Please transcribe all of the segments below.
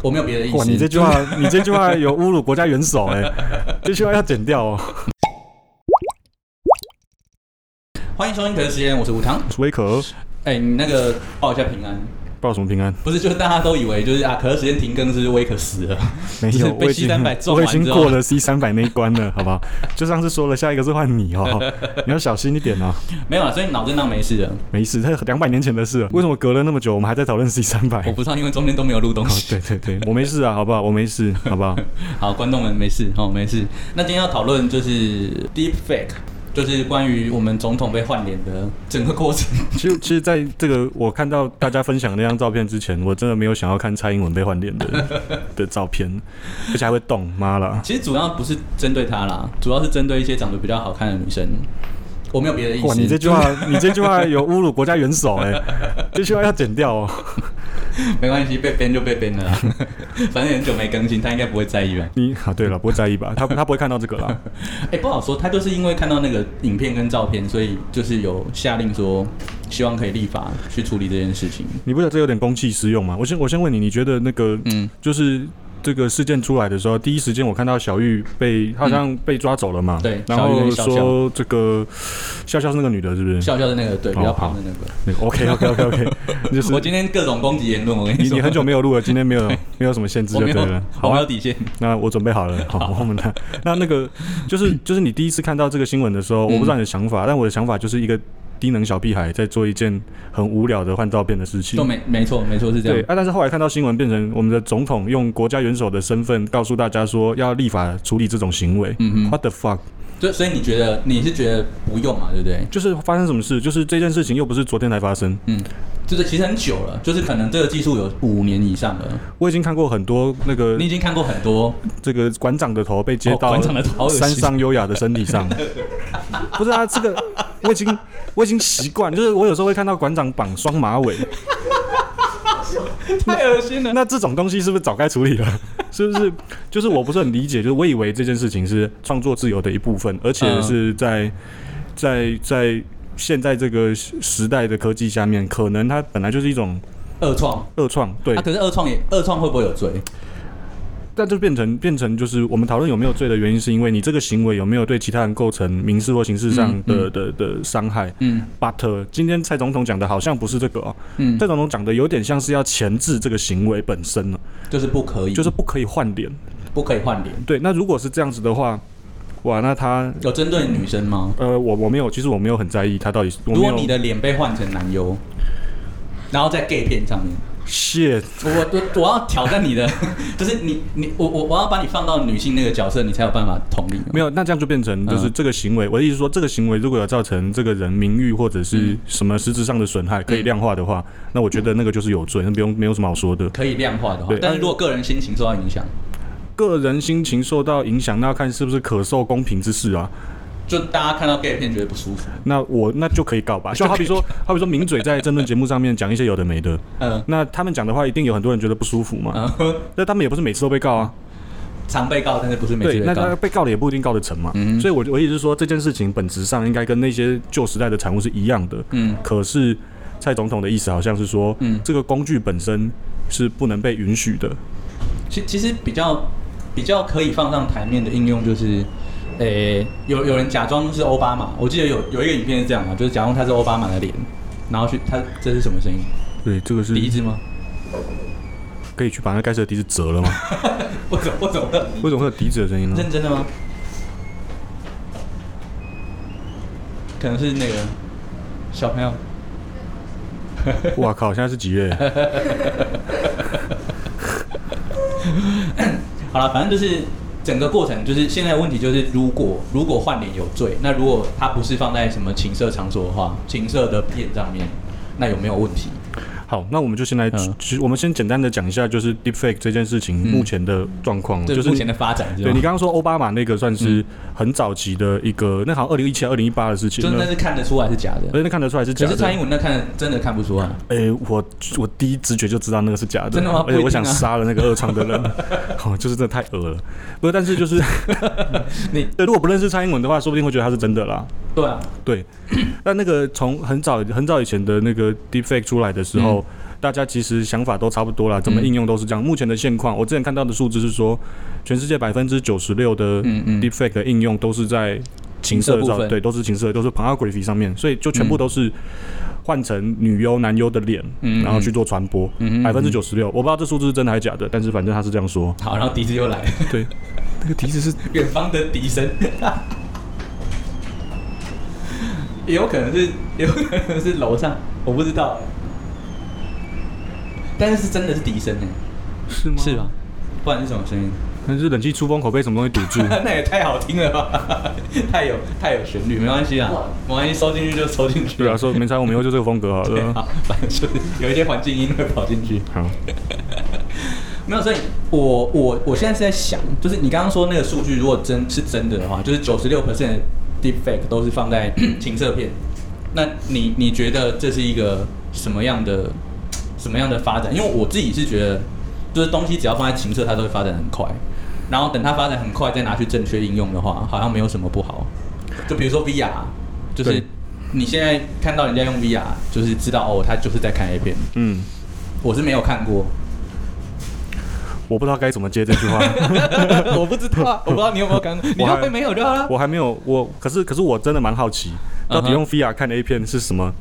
我没有别的意思。哇，你这句话， 你这句话有侮辱国家元首 哎、这句话要剪掉哦。欢迎收听《可是时间》，我是吴糖。威可哎、你那个报一下平安，报什么平安？不是就是大家都以为就是啊，可是时间停更是不是威可死了，没就是有，被我已经 C300 撞我完已经之后过了 C 三百那一关了，好不好？就上次说了，下一个是换你哦， 你要小心一点哦。 没有啊，所以脑震荡没事的。没事，这两百年前的事了，为什么隔了那么久，我们还在讨论 C 三百？我哦，不知道，因为中间都没有录东西。 对对对，我没事啊，好不好？我没事，好 不好？好，观众们没事，好、没事。那今天要讨论就是 deep fake，就是关于我们总统被换脸的整个过程。 其实，其实，在这个我看到大家分享那张照片之前，我真的没有想要看蔡英文被换 脸的的照片，而且还会动，妈啦！其实主要不是针对他啦，主要是针对一些长得比较好看的女生。我没有别的意思。哇，你这句话， 你这句话有侮辱国家元首哎、这句话要剪掉哦。 没关系，被编就被编了啦， 反正也很久没更新，他应该不会在意吧？你啊，对了，不会在意吧？他他不会看到这 个啦。哎、不好说，他就是因为看到那个影片跟照片，所以就是有下令说，希望可以立法去处理这件事情。你不觉得这有点公器私用吗？我先我先问你，你觉得那个嗯，就是这个事件出来的时候，第一时间我看到小玉被他好像被抓走了嘛，嗯对然小玉后跟笑笑说这个笑笑是那个女的，是不是笑笑的那个，对，哦比较胖的那个。 ？OK OK OK OK，就是我今天各种攻击言论，我跟你说，你很久没有录了，今天没 有没有什么限制我就没对有了。，好我没啊有，底线。那我准备好 了。好，我们来。那那个就是就是你第一次看到这个新闻的嗯时候，我不知道你的想法，但我的想法就是一个低能小屁孩在做一件很无聊的换照片的事情就。没没错没错是这对样。啊，但是后来看到新闻，变成我们的总统用国家元首的身份告诉大家说要立法处理这种行为。嗯哼， What the fuck？就所以你觉得你是觉得不用嘛，对不对？就是发生什么事？就是这件事情又不是昨天才发生。嗯就是其实很久了，就是可能这个技术有五年以上了。我已经看过很多那个你已经看过很 多，这个馆长的头被接到哦馆长的头好恶心山上优雅的身 体上，不是啊，这个我已经我已经习惯，就是我有时候会看到馆长绑双马 尾，太恶心了。那这种东西是不是早该处理了？是不是？就是我不是很理解，就是我以为这件事情是创作自由的一部分，而且嗯是在、在在现在这个时时代的科技下面，可能它本来就是一种二创，恶创，对，啊，可是二创也二创会不会有罪？但就变成变成就是我们讨论有没有罪的原因，是因为你这个行为有没有对其他人构成民事或刑事上嗯的、的的伤害。嗯 But 呃今天蔡总统讲的好像不是这个哦，嗯，蔡总统讲的有点像是要钳制这个行为本身了，就是不可以，就是不可以换脸。不可以换脸。对，那如果是这样子的话，哇，那他有针对女生吗？呃，我我没有，其实我没有很在意他到底是我如没果你有的脸被换成男优，然后在 gay 片上面， shit，我我我要挑战你的， 就是你你我我我要把你放到女性那个角色，你才有办法同理。没有，那这样就变成就是嗯这个行为，我的意思是说，这个行为如果有造成这个人名誉或者嗯是什么实质上的损害，可以量化的话，那我觉得那个就是有罪，那不用没有什么好说的。可以量化的话对，但是如果个人心情受到影响，个人心情受到影响，那要看是不是可受公平之事啊。就大家看到 gay 片觉得不舒服，那我那就可以告吧，就好比说，好比说名嘴在政论节目上面讲一些有的没的，嗯、那他们讲的话一定有很多人觉得不舒服嘛。呃、 那他们也不是每次都被告啊，常被告，但是不是每次对，被那他告。被告的也不一定告得成嘛。嗯所以我，我意思是说，这件事情本质上应该跟那些旧时代的产物是一样的。嗯可是，蔡总统的意思好像是说，嗯这个工具本身是不能被允许的。其其实比较比较可以放上台面的应用就是，诶、有有人假装是奥巴马，我记得有有一个影片是这样嘛，就是假装他是奥巴马的脸，然后去他这是什么声音？对，这个是笛子吗？可以去把那该死的笛子 折了吗？我怎么我怎么了？为什么会有笛子的声音呢？认真的吗？可能是那个小朋友，哇靠！现在是几 月？好了，反正就是整个过程，就是现在问题就是，如果如果换脸有罪，那如果他不是放在什么情色场所的话，情色的片上面，那有没有问题？好，那我们就先来，嗯其实我们先简单的讲一下，就是 deepfake 这件事情嗯目前的状况，这就是是目前的嗯发展是吧？对你刚刚说奥巴马那个算是很早期的一个，那好像二零一七、二零一八的事情，就是那那是看得出来是假的，而且那看得出来是假可的。嗯是蔡英文那看真的看不出来，诶，我我第一直觉就知道那个是假的，真的吗而且我不一定想啊杀了那个二创的 人，哦，就是真的太恶了。不是，但是就是你对，如果不认识蔡英文的话，说不定会觉得他是真的啦。对啊， 对，但那个从很早很早以前的那个 deepfake 出来的时候，大家其实想法都差不多啦，怎么嗯应用都是这样。目前的现况，我之前看到的数字是说，全世界百分之九十六的嗯嗯 deepfake 的应用都是在情色情色部照，分对，都是情色，都是 pornography 上面，所以就全部嗯都是换成女优、男优的脸，嗯然后去做传播。嗯百分之九十六，我不知道这数字是真的还是假的，但是反正他是这样说。好，然后笛子又来，对，那个笛子是远方的笛声，也 有可能是，也有可能是楼上，我不知道，但是是真的是笛声哎，是吗？是吧？？不然是什么声音？那就是冷气出风口被什么东西堵 住。那也太好听了吧， 太有太有旋律，没关系啊，没关系，收进去就收进去。对啊，说没差，我们以后就这个风格好对了。啊，反正就是有一些环境音会跑进去。好，没有，所以我我我现在是在想，就是你刚刚说那个数据，如果真是真的的话，就是九十六 percent 的 deepfake 都是放在情色片。那你你觉得这是一个什么样的什么样的发展？因为我自己是觉得，就是东西只要放在情色，它都会发展很快。然后等它发展很快，再拿去正确应用的话，好像没有什么不好。就比如说 VR，就是对你现在看到人家用 VR，就是知道哦，他就是在看 A 片。嗯，我是没有看过，我不知道该怎么接这句话， 我不知道啊，我不知道你有没有看过，你我就还会没有就好了。我还没有，我可是可是我真的蛮好奇，嗯到底用 VR 看 A 片是什么？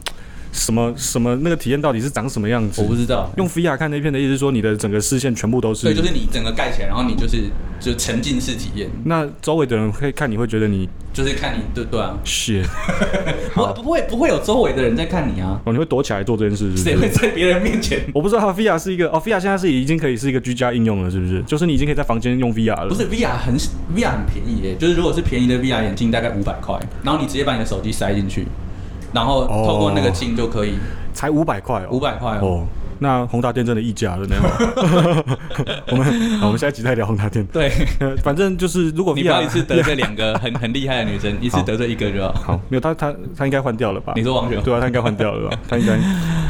什么什么那个体验到底是长什么样子？我不知道，用 VR 看 A 片的意思是说，你的整个视线全部都所是以就是你整个盖起来，然后你就是就沉浸式体验，那周围的人会看，你会觉得你就是看你对对啊， shit，不不会不会有周围的人在看你啊，哦，你会躲起来做这件事，是谁不会是？在别人面前？ 我不知道 VR 是一个哦，VR 现在是已经可以是一个居家应用了，是不是？就是你已经可以在房间用 VR 了。不是 VR 很 VR 很便宜耶，就是如果是便宜的 VR 眼镜大概五百块，然后你直接把你的手机塞进去，然后哦透过那个镜就可以才五百块哦，五百块哦。哦。那宏达店真的溢价了呢。 我们好我们下一集再聊宏达店。 对，呃反正就是如果你不要一次 VR 得罪两个很很厉害的女生，一次好得罪一个就好。好，没有他他他应该换掉了吧？你说王雪红对啊，他应该换掉 了吧？他应该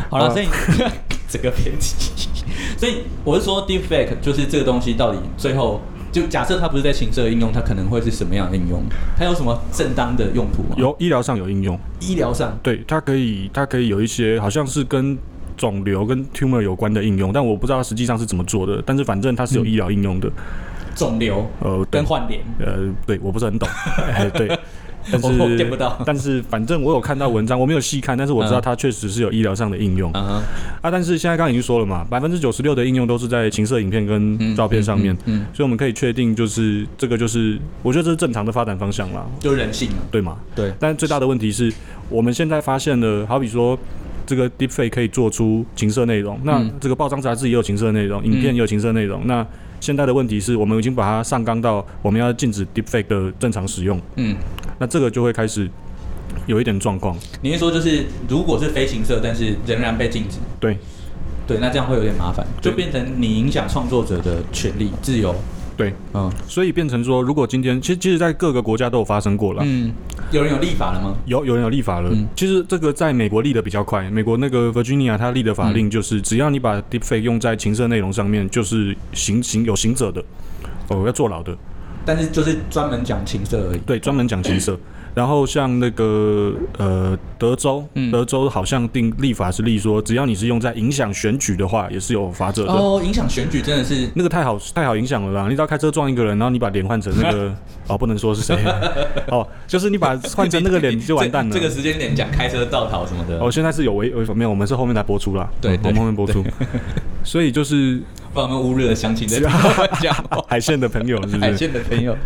好了，啊所以 整个偏题。 所以我是说，deepfake 就是这个东西到底最后，就假设它不是在情色应用，它可能会是什么样的应用？它有什么正当的用途吗？有医疗上有应用，医疗上，对，它可以它可以有一些好像是跟肿瘤跟 tumor 有关的应用，但我不知道它实际上是怎么做的，但是反正它嗯是有医疗应用的。肿瘤呃，对跟换脸，呃，对，我不是 很懂，哎，对。但是我见不到但是反正我有看到文章，我没有细看，但是我知道嗯它确实是有医疗上的应用。啊，啊，但是现在刚刚已经说了嘛，百分之九十六的应用都是在情色影片跟照片上面，嗯嗯嗯所以我们可以确定，就是这个就是我觉得这是正常的发展方向啦，就人性啊嘛。对吗？对，但最大的问题是，我们现在发现了，好比说这个 deepfake 可以做出情色内容，那嗯这个报章杂志也有情色内容，影片也有情色内容，那。现在的问题是我们已经把它上纲到我们要禁止 deepfake 的正常使用，嗯，那这个就会开始有一点状况。你是说就是如果是非情色，但是仍然被禁止，对，对，那这样会有点麻烦，就对变成你影响创作者的权利、自由。对，嗯所以变成说，如果今天其实其实在各个国家都有发生过了，嗯，有人有立法了吗？有有人有立法了，嗯其实这个在美国立的比较快。美国那个 Virginia 它立的法嗯令就是，只要你把 deepfake 用在情色内容上面，就是刑刑有刑责的，哦，要坐牢的。但是就是专门讲情色而已。对，专门讲 情色。然后像那个呃德州，嗯德州好像定立法是立说，只要你是用在影响选举的话，也是有罚则的。哦，影响选举真的是那个太好太好影响了啦！你只要开车撞一个人，然后你把脸换成 那个哦，不能说是谁哦，就是你把换成那个脸就完蛋了。这这个时间点讲开车倒逃什么的，哦，现在是有违违反，没有，我们是后面才播出啦。对嗯对我们后面播出。 所以就是。不然我们乌日的乡亲在乱讲话海线的朋友是不海是？鲜的嗯朋友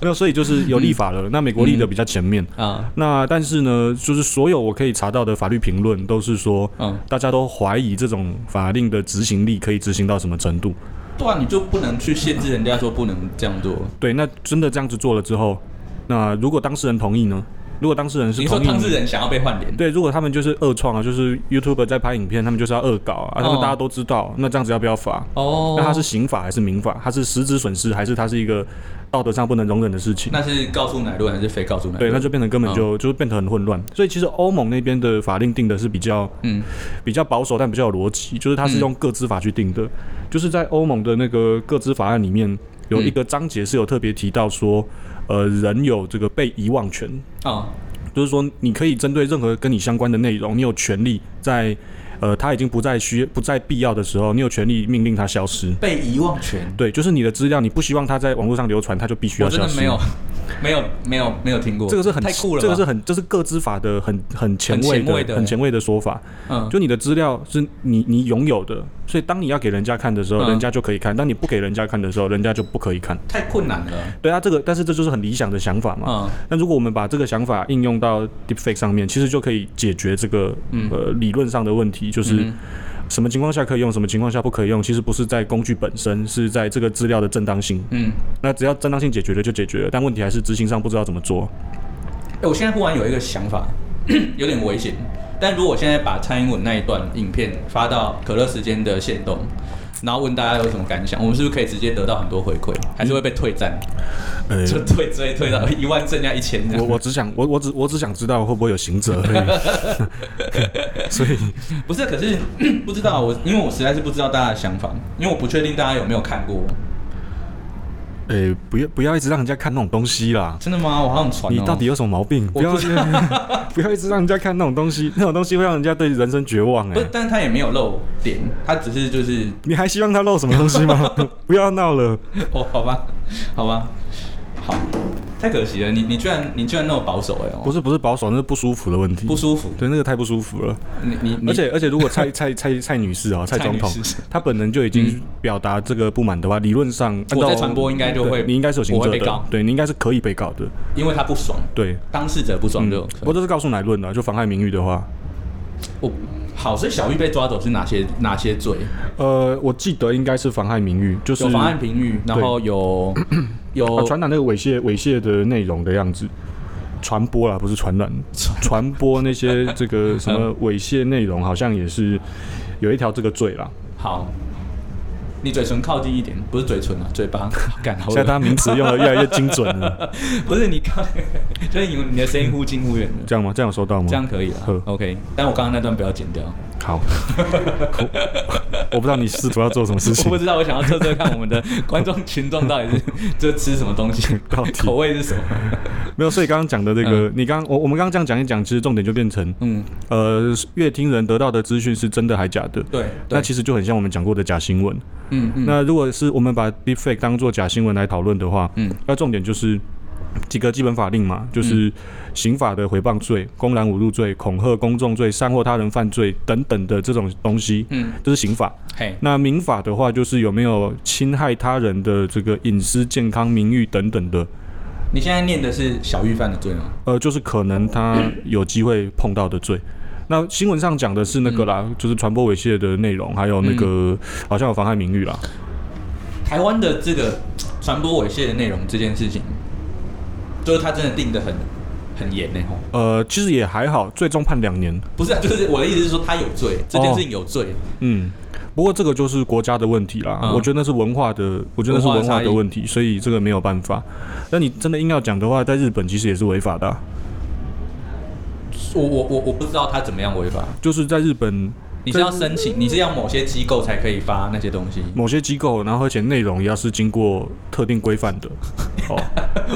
没有，所以就是有立法了。那美国立的比较前面。啊，那但是呢，就是所有我可以查到的法律评论都是说，嗯，大家都怀疑这种法令的执行力可以执行到什么程度。对啊，你就不能去限制人家说不能这样做。对，那真的这样子做了之后，那如果当事人同意呢？如果当事人是你说同意当你事人想要被换脸，对，如果他们就是恶创啊，就是 YouTube 在拍影片，他们就是要恶搞啊，啊他哦们大家都知道，那这样子要不要罚？哦，那它是刑法还是民法？它是实质损失还是它是一个道德上不能容忍的事情？那是告诉乃论还是非告诉乃对，论？那就变成根本嗯就、就是变得很混乱。所以其实欧盟那边的法令定的是比较嗯比较保守，但比较有逻辑，就是它是用各资法去定的。就是在欧盟的那个各资法案里面，有一个章节是有特别提到说，呃，人有这个被遗忘权，哦，就是说你可以针对任何跟你相关的内容，你有权利在呃，他已经不再需不再必要的时候，你有权利命令他消失。被遗忘权。对，就是你的资料，你不希望它在网络上流传，它就必须要我真消的失。没有，没有，没有，没有听过。这个是很太酷了吧，这个是很这是个资法的很很前卫很前卫的很前卫的说法。嗯，就你的资料是你你拥有的，所以当你要给人家看的时候，嗯人家就可以看；当你不给人家看的时候，人家就不可以看。太困难了。对啊，这个但是这就是很理想的想法嘛。嗯，那如果我们把这个想法应用到 deepfake 上面，其实就可以解决这个、嗯呃理论上的问题，就是嗯什么情况下可以用，什么情况下不可以用。其实不是在工具本身，是在这个资料的正当性。嗯，那只要正当性解决了就解决了，但问题还是执行上不知道怎么做。哎，我现在忽然有一个想法，有点危险。但如果我现在把蔡英文那一段影片发到可乐时间的线动，然后问大家有什么感想，我们是不是可以直接得到很多回馈？还是会被退战？呃就退追退到一万剩下一千这 我样？我只想我我只我只想知道会不会有行者而已， 所以不是，可是不知道我，因为我实在是不知道大家的想法，因为我不确定大家有没有看过。呃、不要不要一直让人家看那种东西啦。真的吗？我好想传、哦。你到底有什么毛病？不要 不要一直让人家看那种东西，那种东西会让人家对人生绝望哎、不是？但是他也没有露点，他只是就是你还希望他露什么东西 吗？不要闹了。哦，好吧，好吧，好，太可惜了，你你居然你居然那么保守哎、哦，不是不是保守，那是不舒服的问题。不舒服，对，那个太不舒服了。你你你而且而且，如果蔡蔡蔡蔡女士啊，蔡总统蔡女士，嗯她本人就已经表达这个不满的话，理论上按我照在传播应该就对会你应该是有行我者会被告的，对你应该是可以被告的，因为他不爽，对。当事者不爽就、不过这是告诉乃论的，就妨害名誉的话，我好，所以小玉被抓走是哪些哪些罪？呃，我记得应该是妨害名誉，就是有妨碍评语，然后 有啊有传染那个猥亵猥亵的内容的样子，传播啦，不是传染，传播那些这个什嗯么猥亵内容，好像也是有一条这个罪啦。好，你嘴唇靠近一点，不是嘴唇啊，嘴巴， 干好现在恶他名 词用的越来越精准了，不是你靠， 就是你你的声音忽近忽远的，这样吗？这样有收到吗？这样可以呵了，OK。但我刚刚那段不要剪掉，好，我不知道你试图要做什么事我情不，知道，我想要测测看我们的观众群众到底是 就吃什么东西到底，口味是什么。没有。所以刚刚讲的这个，你刚我我们刚刚这样讲一讲，其实重点就变成，嗯，呃，乐听人得到的资讯是真的还假的？对，那对，其实就很像我们讲过的假新闻。嗯嗯，那如果是我们把 deepfake 当做假新闻来讨论的话，嗯，那重点就是几个基本法令嘛，就是刑法的诽谤罪、公然侮辱罪、恐吓公众罪、煽惑他人犯罪等等的这种东西，嗯，这是刑法。嘿，那民法的话，就是有没有侵害他人的这个隐私、健康、名誉等等的，你现在念的是小玉犯的罪吗？呃，就是可能他有机会碰到的罪。那新闻上讲的是那个啦，嗯就是传播猥亵的内容，还有那个、好像有妨害名誉啦。台湾的这个传播猥亵的内容这件事情，就是他真的定的很很严呢，吼。呃，其实也还好，最终判两年。不是、啊，就是我的意思是说他有罪，这件事情有罪。嗯，不过这个就是国家的问题啦，嗯我觉得那是文化的，我觉得那是文化的问题，所以这个没有办法。那你真的硬要讲的话，在日本其实也是违法的啊、我我我我不知道他怎么样违法。就是在日本你是要申请，你是要某些机构才可以发那些东西。某些机构，然后而且内容也要是经过特定规范的。哦，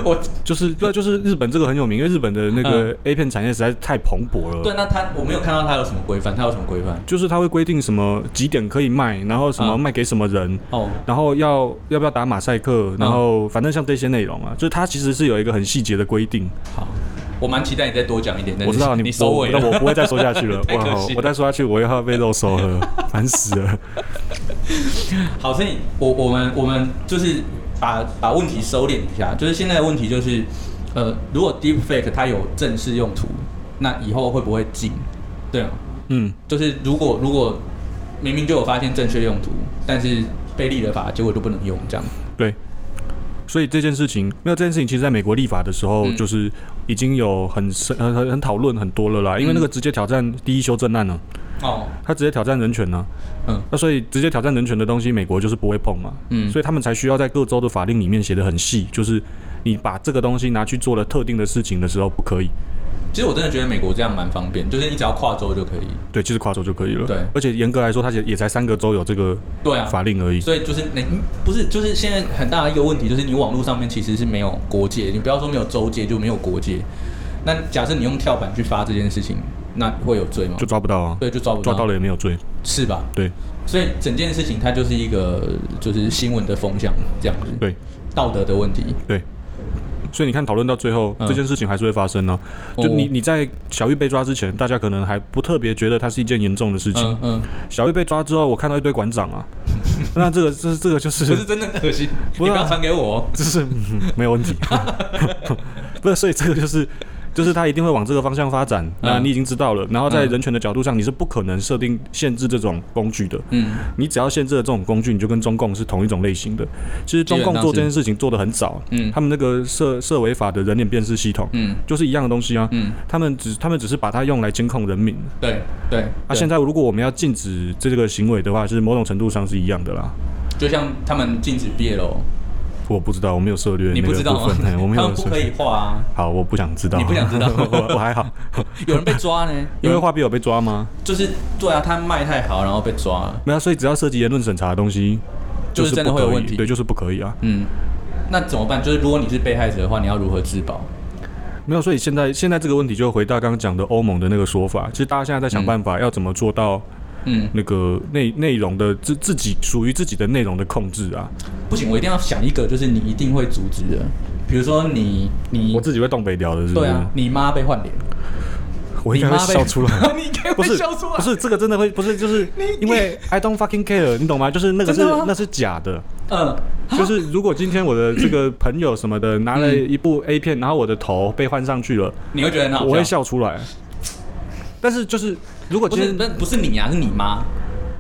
我就是对啊，就是日本这个很有名，因为日本的那个 A 片产业实在是太蓬勃了。对，那他我没有看到他有什么规范，他有什么规范？就是它会规定什么几点可以卖，然后什么嗯卖给什么人，哦，然后要要不要打马赛克，然嗯后反正像这些内容啊，就是它其实是有一个很细节的规定。好，我蛮期待你再多讲一点。但是我知道哎你你收我尾那了，。我不会再说下去了 太可惜了哇，我再说下去我又要被肉收 了，烦死了。好，所以我我们我们就是把把问题收敛一下，就是现在的问题就是，呃，如果 deepfake 它有正式用途，那以后会不会禁？对啊，嗯，就是如果如果明明就有发现正确用途，但是被立了法，结果就不能用这样。对。所以这件事情，没有这件事情，其实在美国立法的时候，嗯就是已经有很深、很很很讨论很多了啦。因为嗯那个直接挑战第一修正案呢、哦，他直接挑战人权呢、嗯那所以直接挑战人权的东西，美国就是不会碰嘛。嗯所以他们才需要在各州的法令里面写的很细，就是你把这个东西拿去做了特定的事情的时候，不可以。其实我真的觉得美国这样蛮方便，就是你只要跨州就可以。对，就是跨州就可以了。对而且严格来说，它也也才三个州有这个对啊，法令而已。所以就是你不是就是现在很大的一个问题，就是你网络上面其实是没有国界，你不要说没有州界，就没有国界。那假设你用跳板去发这件事情，那会有罪吗就？抓不到啊，对，就抓不抓了，到了也没有罪。是吧？对，所以整件事情它就是一个就是新闻的风向这样子，对，道德的问题，所以你看，讨论到最后，嗯这件事情还是会发生呢、啊就哦你你在小玉被抓之前，大家可能还不特别觉得它是一件严重的事情。嗯嗯，小玉被抓之后，我看到一堆馆 长啊，那这个这这个嗯就是不是真的恶心，你嗯不不是啊要传给我哦，这是、嗯没有 问题，不是，所以这个就是。就是他一定会往这个方向发展，那嗯你已经知道了。然后在嗯人权的角度上，你是不可能设定限制这种工具的。嗯，你只要限制了这种工具，你就跟中共是同一种类型的。其实中共做这件事情做得很早，啊嗯他们那个涉涉违法的人脸辨识系统，嗯就是一样的东西啊。嗯，他们只他们只是把它用来监控人民。对对，啊，现在在如果我们要禁止这个行为的话，是某种程度上是一样的啦。就像他们禁止 BL，我不知道，我没有涉猎你那不个知道部吗分， 嘿我？没他有们不涉可以画啊，好，我不想知道。你不想知道 我我 还好，有人被抓呢， 有因为人画笔有被抓吗？就是对啊，他卖太好，然后被抓了，没有啊，所以只要涉及言论审查的东西，就是真的不会有可以问题对，就是不可以啊。嗯，那怎么办？就是如果你是被害者的话，你要如何自保？没有，所以现在现在这个问题就回到刚刚讲的欧盟的那个说法，其实大家现在在想办法要怎么做到嗯，那个内内容的自自己属于自己的内容的控制啊。不行，我一定要想一个，就是你一定会阻止的，比如说你你我自己会动北调的，是不对是？啊，你妈被换脸，我应该会你妈被笑 出来。你应该不会是笑出来，不是这个真的会不是就是因为 I don't fucking care，你懂吗？就是那个是真的吗那是假的，嗯， 就是如果今天我的这个朋友什么的拿了一部 A 片，然后我的头被换上去了，你会觉得嗯很好笑，我会笑出来。但是就是如果不今是天不是不是你啊，是你妈，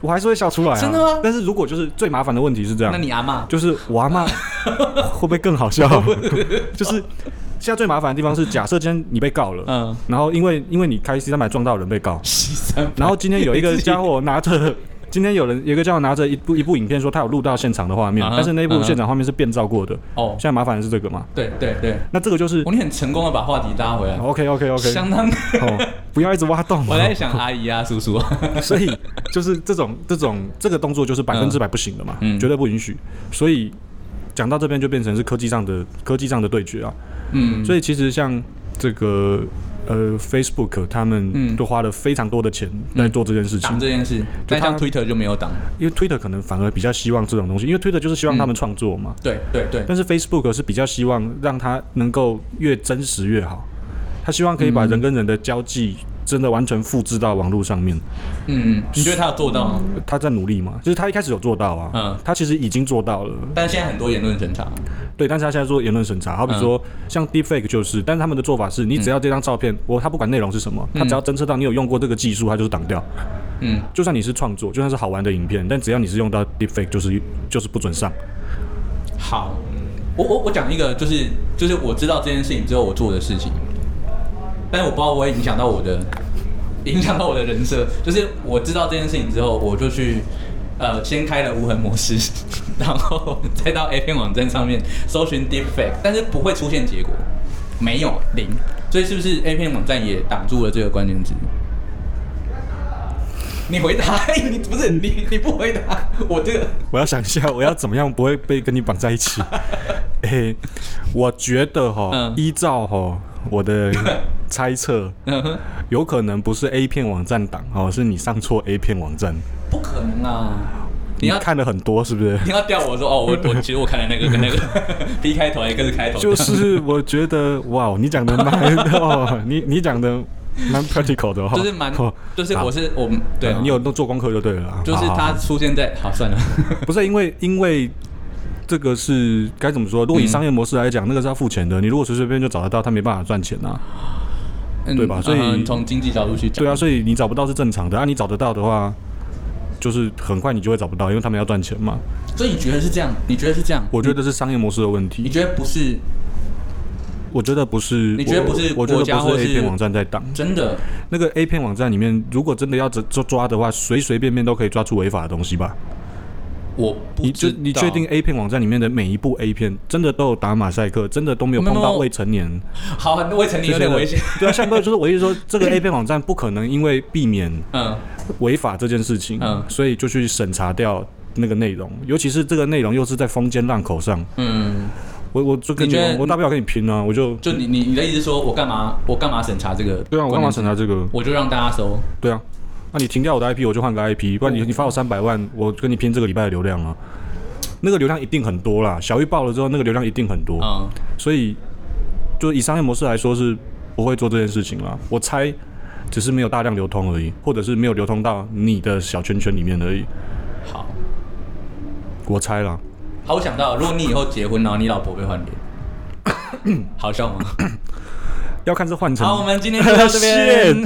我还是会笑出来、啊。真的吗但是如果就是最麻烦的问题是这样，那你啊阿妈就是我 阿妈会不会更好笑？ 就是现在最麻烦的地方是，假设今天你被告了，嗯然后因为因为你开 C 三百撞到人被告，西三，然后今天有 一个家伙拿着。 今天有人有一个家伙拿着一部一部影片说他有录到现场的画嗯面哼但是那嗯部哼现场画面是变造过的。哦现，在麻烦的是这个嘛？对对对，那这个就是哦，你很成功的把话题拉回来 OK OK 哦 OK，相当。。哦，不要一直挖洞我在想阿姨啊，叔叔啊，所以就是这种 这种这个动作就是百分之百不行的嘛，嗯绝对不允许。所以讲到这边就变成是科技上的科技上的对决啊。嗯，所以其实像这个呃 Facebook 他们嗯都花了非常多的钱来做这件事情，挡这件事，但像 Twitter 就没有挡，因为 Twitter 可能反而比较希望这种东西，因为 Twitter 就是希望他嗯们创作嘛。对对对，但是 Facebook 是比较希望让它能够越真实越好，他希望可以把人跟人的交际真的完全复制到网络上面。嗯，你觉得他有做到吗？他在努力嘛，就是他一开始有做到啊，嗯他其实已经做到了，但是现在很多言论审查，对，但是他现在做言论审查，好比说、像 Deepfake 就是，但是他们的做法是你只要这张照片，我他不管内容是什么，他只要侦测到你有用过这个技术，他就是挡掉，嗯，就算你是创作，就算是好玩的影片，但只要你是用到 Deepfake，就是就是不准上，好，我我我讲一个，就是就是我知道这件事情之后我做的事情，但是我不知道我会影响到我的，影响到我的人设。就是我知道这件事情之后，我就去呃先开了无痕模式，然后再到 A 片网站上面搜寻 deepfake，但是不会出现结果，没有零。所以是不是 A 片网站也挡住了这个关键字？你回答， 你不是你你不回答，我这个我要想一下，我要怎么样不会被跟你绑在一 起？诶、我觉得哈，嗯依照哈我的猜测，嗯哼有可能不是 A 片网站党哦，是你上错 A 片网站，不可能啊！你要看了很多是 不是？你要调我说哦， 我我其实我看了那个 跟那个 B 开头，一个是开头，就是我觉得哇，你讲的蛮 哦，你你讲的蛮 practical 的哦，就是蛮哦，就是好我是我们对嗯，你有都做功课就对了啊，就是好好它好出现在好算了，不是因为因为。这个是该怎么说？如果以嗯商业模式来讲，那个是要付钱的。你如果随随便便就找得到，他没办法赚钱啊。嗯 对吧所以嗯从经济角度去讲，对啊，所以你找不到是正常的。啊，你找得到的话，就是很快你就会找不到，因为他们要赚钱嘛。所以你觉得是这样？你觉得是这样？我觉得是商业模式的问你题。觉得不是我觉得不是，你觉得我不是我觉得国家不或是是 A 片网站在挡。真的？那个 A 片网站里面，如果真的要抓抓的话，随随便便都可以抓出违法的东西吧？我不你就知道你确定 A 片网站里面的每一部 A 片真的都有打马赛克，真的都没有碰没到有未成年？好，未成年有点危 险。。对啊，像个就是我意思说，这个 A 片网站不可能因为避免嗯，违法这件事情，嗯所以就去审查掉那个内容，尤其是这个内容又是在风尖浪口上，嗯，我我就跟你你觉得玩，我大不了跟你拼啊，我就就你你你的意思说我干嘛我干嘛审查这个？对啊，我干嘛审？查这个？我就让大家搜。对啊，那、你停掉我的 IP，我就换个 IP，不然你哦你发我三百万，我跟你拼这个礼拜的流量啊，那个流量一定很多啦，小玉爆了之后，那个流量一定很多，嗯，所以就以商业模式来说是不会做这件事情啦，我猜。只是没有大量流通而已，或者是没有流通到你的小圈圈里面而已，好，我猜啦。好，我想到了，如果你以后结婚，然后你老婆被换脸，好笑吗？要看是换成好，我们今天就到这边。